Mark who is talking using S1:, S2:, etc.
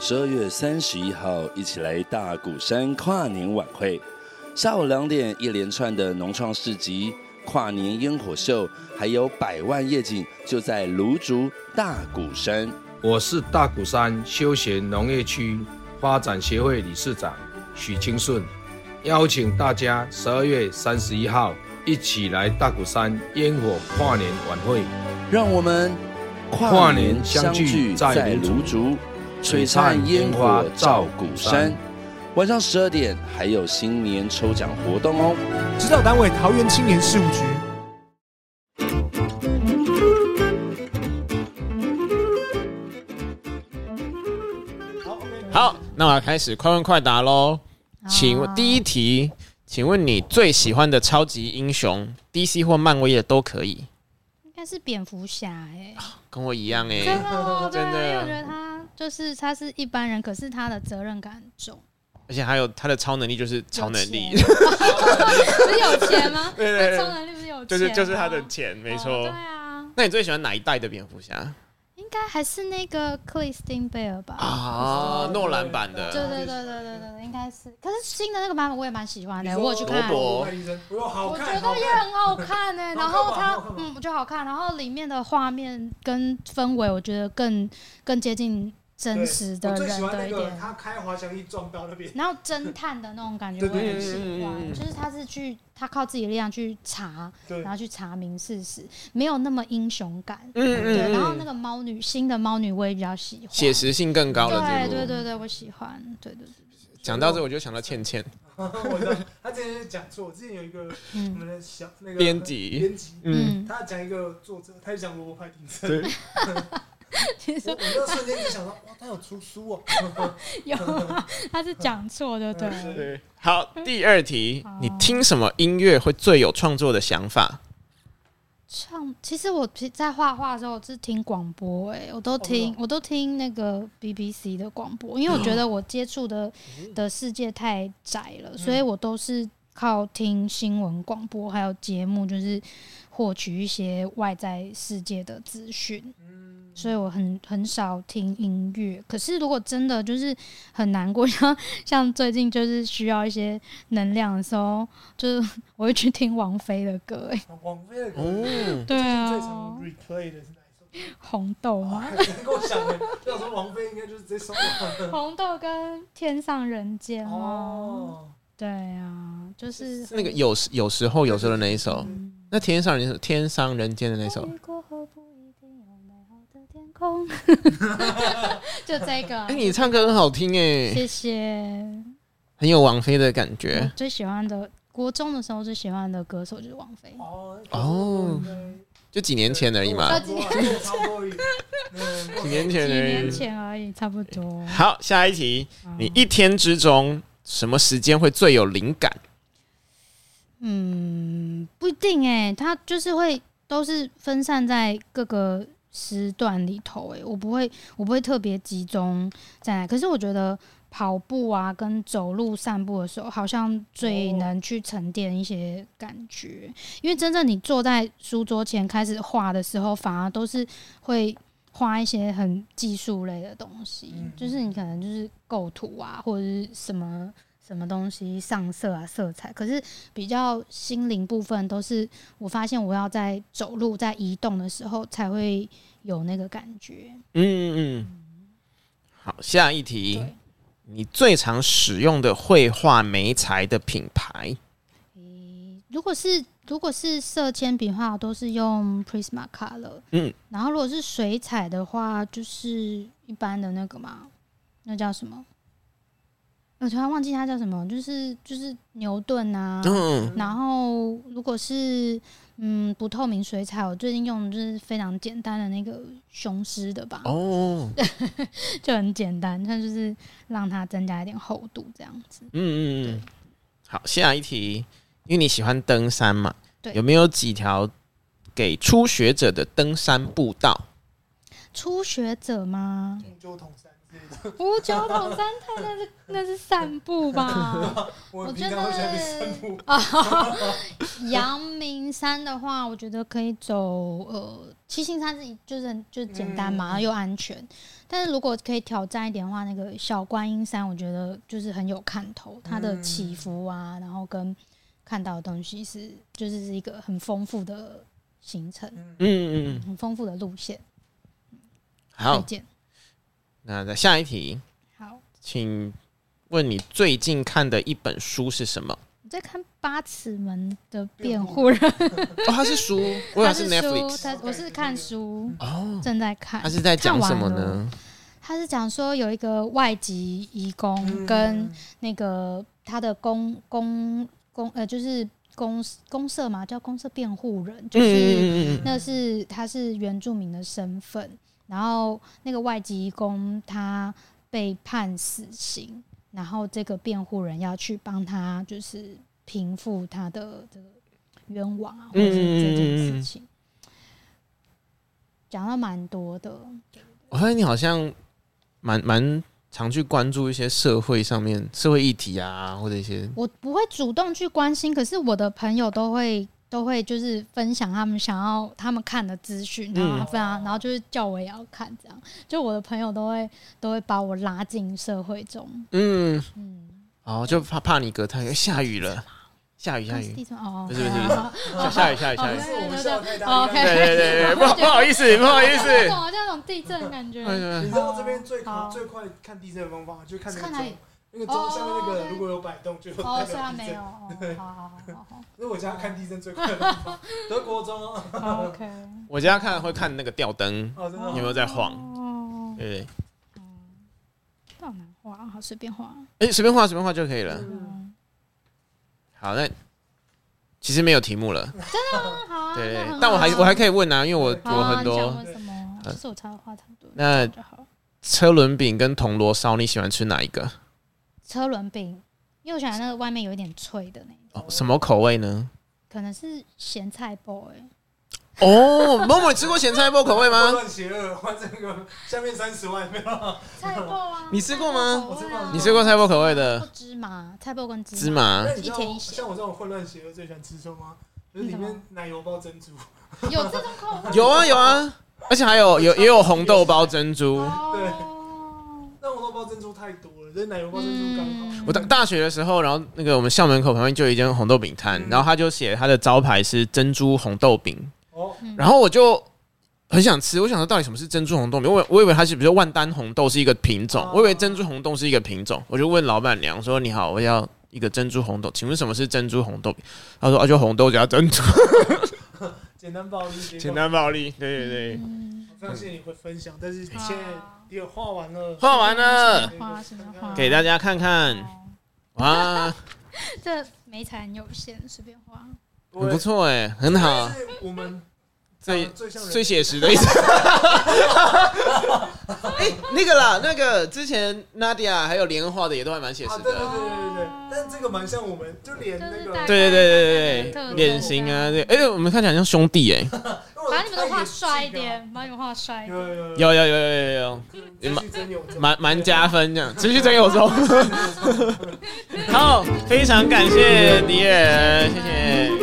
S1: 十二月三十一号，一起来大鼓山跨年晚会。下午两点，一连串的农创市集、跨年烟火秀，还有百万夜景，就在芦竹大鼓山。
S2: 我是大鼓山休闲农业区发展协会理事长许清顺，邀请大家十二月三十一号一起来大鼓山烟火跨年晚会，
S1: 让我们
S2: 跨年相聚在
S1: 芦
S2: 芦
S1: 竹，璀
S2: 璀
S1: 璨
S2: 璨
S1: 烟
S2: 烟
S1: 火
S2: 火
S1: 照
S2: 照
S1: 鼓
S2: 鼓
S1: 山
S2: 山。
S1: 晚上十二点还有新年抽奖活动哦。
S3: 指导单位桃园青年事务局。
S4: 好，那我要开始快问快答喽。请问第一题，请问你最喜欢的超级英雄，DC 或漫威的都可以，
S5: 应该是蝙蝠侠哎、
S4: 跟我一样哎、
S5: 真的哦、对，
S4: 真
S5: 因
S4: 的
S5: 为我觉得他就是他是一般人，可是他的责任感很重。
S4: 而且还有他的超能力就是超能力
S5: 有，钱是有钱吗？
S4: 对对对
S5: 超能力不是有钱吗，
S4: 就是就是他的钱，没
S5: 哦
S4: 错。
S5: 对啊，
S4: 那你最喜欢哪一代的蝙蝠侠
S5: 应该还是那个克里斯汀贝尔吧。
S4: 啊？诺兰版
S5: 对
S4: 的，
S5: 对对对对对对，应该是。可是新的那个版本我也蛮喜欢的，
S3: 说
S5: 我有去
S4: 罗
S5: 看。
S4: 伯哦
S3: 医生，哇，好
S5: 我觉
S3: 看，
S5: 得
S3: 好
S5: 也
S3: 看，
S5: 很好看呢、然
S3: 好
S5: 后
S3: 看吧好
S5: 它
S3: 看吧
S5: 嗯，我觉得好看，然后里面的画面跟氛围，我觉得更更接近真实的
S3: 我最
S5: 人
S3: 喜欢
S5: 的
S3: 那
S5: 一
S3: 个
S5: 点。
S3: 他开滑翔翼撞到那 边，
S5: 然后侦探的那种感觉
S3: 对
S5: 我
S3: 对
S5: 也很
S4: 对嗯
S5: 喜
S4: 嗯嗯
S5: 欢，
S4: 嗯
S5: 就是他是去他靠自己力量去查，
S3: 对
S5: 然，后去查明事实，没有那么英雄感。
S4: 嗯
S5: 对，然后那个猫女新的猫女我也比较喜欢，
S4: 写实性更高了。
S5: 对
S4: 这
S5: 对
S4: 部
S5: 对对，我喜欢，对对对，
S4: 讲到这，我就想到倩倩，
S3: 我知道他之前是讲错，之前有一个我
S5: 嗯
S3: 们的小那个
S4: 编辑
S3: 编辑，
S4: 嗯，
S5: 嗯，
S3: 他讲一个作者，他就讲罗伯·派廷森，
S4: 对，
S5: 其
S3: 我
S5: 实
S3: 我那瞬间就想到，哇，他有出书哦，
S5: 有啊，他是讲错的，对
S3: 嗯
S5: 了。
S4: 对。好，第二题
S5: 好，
S4: 你听什么音乐会最有创作的想法？
S5: 唱，其实我平在画画的时候我是听广播、欸，
S3: 哦
S5: 我都听，我都听那个 BBC 的广播，因为我觉得我接触的
S3: 嗯
S5: 的世界太窄了，所以我都是靠听新闻广播还有节目，就是获取一些外在世界的资讯。
S3: 嗯
S5: 所以我很很少听音乐，可是如果真的就是很难过， 像像最近就是需要一些能量的时候，就是 我会去听王菲的歌、欸，
S3: 王菲的歌
S4: 哦，
S5: 对啊，
S3: 最常 replay 的是哪一首？
S5: 红豆
S3: 哇，
S5: 吗？
S3: 还真够想的，那时候王菲应该就是这首
S5: 红豆跟天上人间哦，
S3: 哦，
S5: 对啊，就是
S4: 那个有时有时候有时候的那一首，
S5: 嗯哦
S4: 那天上人天上人间的那首，
S5: 风雨过后不一定有美好的天空，就这个
S4: 哎，，你唱歌很好听哎，
S5: 谢谢。
S4: 很有王菲的感
S5: 我
S4: 觉。
S5: 最喜欢的国中的时候最喜欢的歌手就是王菲，
S3: 哦
S4: 哦，就几年前而已嘛
S5: 哦，
S3: 几年，差不多而已，嗯
S4: 几年
S5: 几
S4: 前而
S5: 年
S4: 已。
S5: 前而已，差不多。
S4: 好，下一题，
S5: 嗯
S4: 你一天之中什么时间会最有灵感？
S5: 嗯，不一定哎、它就是会都是分散在各个时段里头哎、我不会我不会特别集中在哪，可是我觉得跑步啊跟走路散步的时候，好像最
S3: 哦
S5: 能去沉淀一些感觉，因为真正你坐在书桌前开始画的时候，反而都是会。画一些很技术类的东西，
S3: 嗯
S5: 就是你可能就是构图啊，或者是什么什么东西上色啊、色彩。可是比较心灵部分，都是我发现我要在走路、在移动的时候才会有那个感觉。
S4: 嗯嗯嗯。好，下一题
S5: 对，
S4: 你最常使用的绘画媒材的品牌？
S5: 诶如果是如果是色铅笔的话，我都是用 Prismacolor。
S4: 嗯，
S5: 然后如果是水彩的话，就是一般的那个嘛，那叫什么？我突然忘记它叫什么，就是就是牛顿啊，
S4: 嗯，
S5: 然后如果是嗯不透明水彩，我最近用的就是非常简单的那个雄狮的吧，
S4: 哦，
S5: 就很简单，它就是让它增加一点厚度这样子。
S4: 嗯嗯嗯。好，下一题，因为你喜欢登山嘛，
S5: 对
S4: 有没有几条给初学者的登山步道？
S5: 初学者吗？
S3: 同舟同山之类的。
S5: 五九统三太那是那是散 步吧？
S3: 我平常会喜欢去散步，
S5: 阳明山的话，
S4: 嗯
S5: 我觉得可以走呃七星山是一就是很就是简单嘛，又安全。但是如果可以挑战一点的话，那个小观音山，我觉得就是很有看头，它的起伏啊，
S4: 嗯
S5: 然后跟看到的东西是，就是是一个很丰富的行程，
S4: 嗯嗯嗯，
S5: 很丰富的路线，推
S4: 好，
S5: 荐。
S4: 那再下一题，
S5: 好，
S4: 请问你最近看的一本书是 什么？
S5: 我在看《八尺门的辩护人》，
S4: 哦，它是书，我想
S5: 它是书，
S4: Netflix
S5: 它我是看书，
S4: 哦，
S5: 正在看
S4: 它。是在讲什么
S5: 看完
S4: 呢？
S5: 他是讲说有一个外籍移工
S3: 嗯
S5: 跟那个他的公公公呃，就是公公社嘛，叫公社辩护人，就是
S4: 嗯嗯嗯
S5: 那是他是原住民的身份，然后那个外籍移工他被判死刑，然后这个辩护人要去帮他就是平复他的这个冤枉啊，或者是这件事情，
S4: 嗯
S5: 讲到蛮多的，
S4: 我发现你好像蛮蛮常去关注一些社会上面社会议题啊，或者一些
S5: 我不会主动去关心，可是我的朋友都会都会就是分享他们想要他们看的资讯，然后他分啊享，然后就是叫我也要看，这样就我的朋友都会都会把我拉进社会中，
S4: 嗯，
S5: 嗯，
S4: 哦，就怕怕你隔太远下雨了，下雨下
S5: 跟
S4: 雨，
S5: 地上哦，
S4: 不是不是
S5: 哦
S4: 下下雨下雨下雨
S5: 哦，
S3: 是我们笑太
S5: 哦
S3: 大
S4: 对
S5: ，OK
S3: 力，
S4: 对对对，不好不好意思不好意思，
S5: 我懂啊，就那种地震的感觉，
S3: 你
S4: 嗯
S3: 知道这边最
S5: 好
S3: 最快看地震的方法，就看那
S5: 看
S3: 个
S5: 哪里
S3: 钟，那个钟下面那
S5: 哦
S3: 个如果有摆动，就有
S5: 哦，
S3: 代
S5: 虽
S3: 表
S5: 然
S3: 地
S5: 没有，
S3: 震。
S5: 哦，好好好好
S3: 那我家看地震最快的方法，德国中哦，
S5: 好好，OK，
S4: 我家看会看那个吊灯
S3: 哦真的
S4: 有
S3: 哦
S4: 没有在晃，
S5: 哦，
S4: 对，
S5: 这好难画，好随便画，
S4: 哎，随便画随便画就可以了。
S5: 嗯，
S4: 好，那其实没有题目了，
S5: 啊好啊，
S4: 对
S5: 那很，
S4: 但我还
S5: 好啊
S4: 我还可以问啊，因为我
S5: 好
S4: 我
S5: 啊，
S4: 很
S5: 你想
S4: 多
S5: 问什么？
S4: 呃
S5: 其实我插话差不多，
S4: 那
S5: 这样就好。
S4: 车轮饼跟铜锣烧，你喜欢吃哪一个？
S5: 车轮饼，因为我喜欢那个外面有一点脆的那种，
S4: 哦，什么口味呢？
S5: 可能是咸菜欸 boy，
S4: 哦，某某，你吃过咸菜包口味吗？
S3: 乱邪恶，换这个下面三十万没有？
S5: 菜 boy 啊
S4: 你吃过吗
S5: 我
S3: 我吃过
S4: 你吃过菜包口味
S5: 过
S4: 的
S5: 哦芝麻菜 boy 跟
S4: 芝
S5: 芝麻，
S4: 麻
S3: 那你知道
S5: 一甜一咸
S3: 像我这种混乱邪恶最喜欢吃什么吗？就是里面奶油包珍珠，
S5: 有这种口味？
S4: 有啊有啊，而且还有有也有红豆包珍珠。
S5: 哦，
S3: 那红豆包珍珠太多了，就是奶油包珍珠刚好。
S4: 我大大学的时候，然后那个我们校门口旁边就有一间红豆饼摊，然后他就写他的招牌是珍珠红豆饼，
S3: 哦，
S4: 然后我就很想吃，我想说到底什么是珍珠红豆饼？我以为我以为它是比如说万丹红豆是一个品种，我以为珍珠红豆是一个品种，我就问老板娘说：“你好，我要一个珍珠红豆，请问什么是珍珠红豆饼？”她说：“啊，就红豆加珍珠，
S3: 简单暴力，
S4: 简单暴力。”对对对，
S5: 嗯，
S3: 我相信你会分享，但是现在
S5: 啊
S3: 也画完了，
S4: 画完了，
S5: 花是的花，
S4: 给大家看看
S5: 哦
S4: 哇，
S5: 这美彩很有限，随便画。
S4: 很不错哎，很
S3: 但
S4: 好，
S3: 是我们
S4: 最
S3: 最像人
S4: 最写实的一思。哎、那个啦，那个之前 Nadia 还有莲花的也都还蛮写
S3: 啊，
S4: 实
S3: 对对对对
S4: 的。
S3: 对对，但是这个蛮像我们，就连那个，
S4: 对对对对对
S5: 特
S4: 对，
S5: 征
S4: 脸型啊，对，哎、我们看起来像兄弟哎、
S5: 把你们都画帅一，点，把你们画帅一
S3: 有
S5: 点。
S3: 有有
S4: 有有有有有有，
S3: 有，蛮真有
S4: 蛮蛮加分这样，持续真有中。好，非常感谢迪尔，谢谢。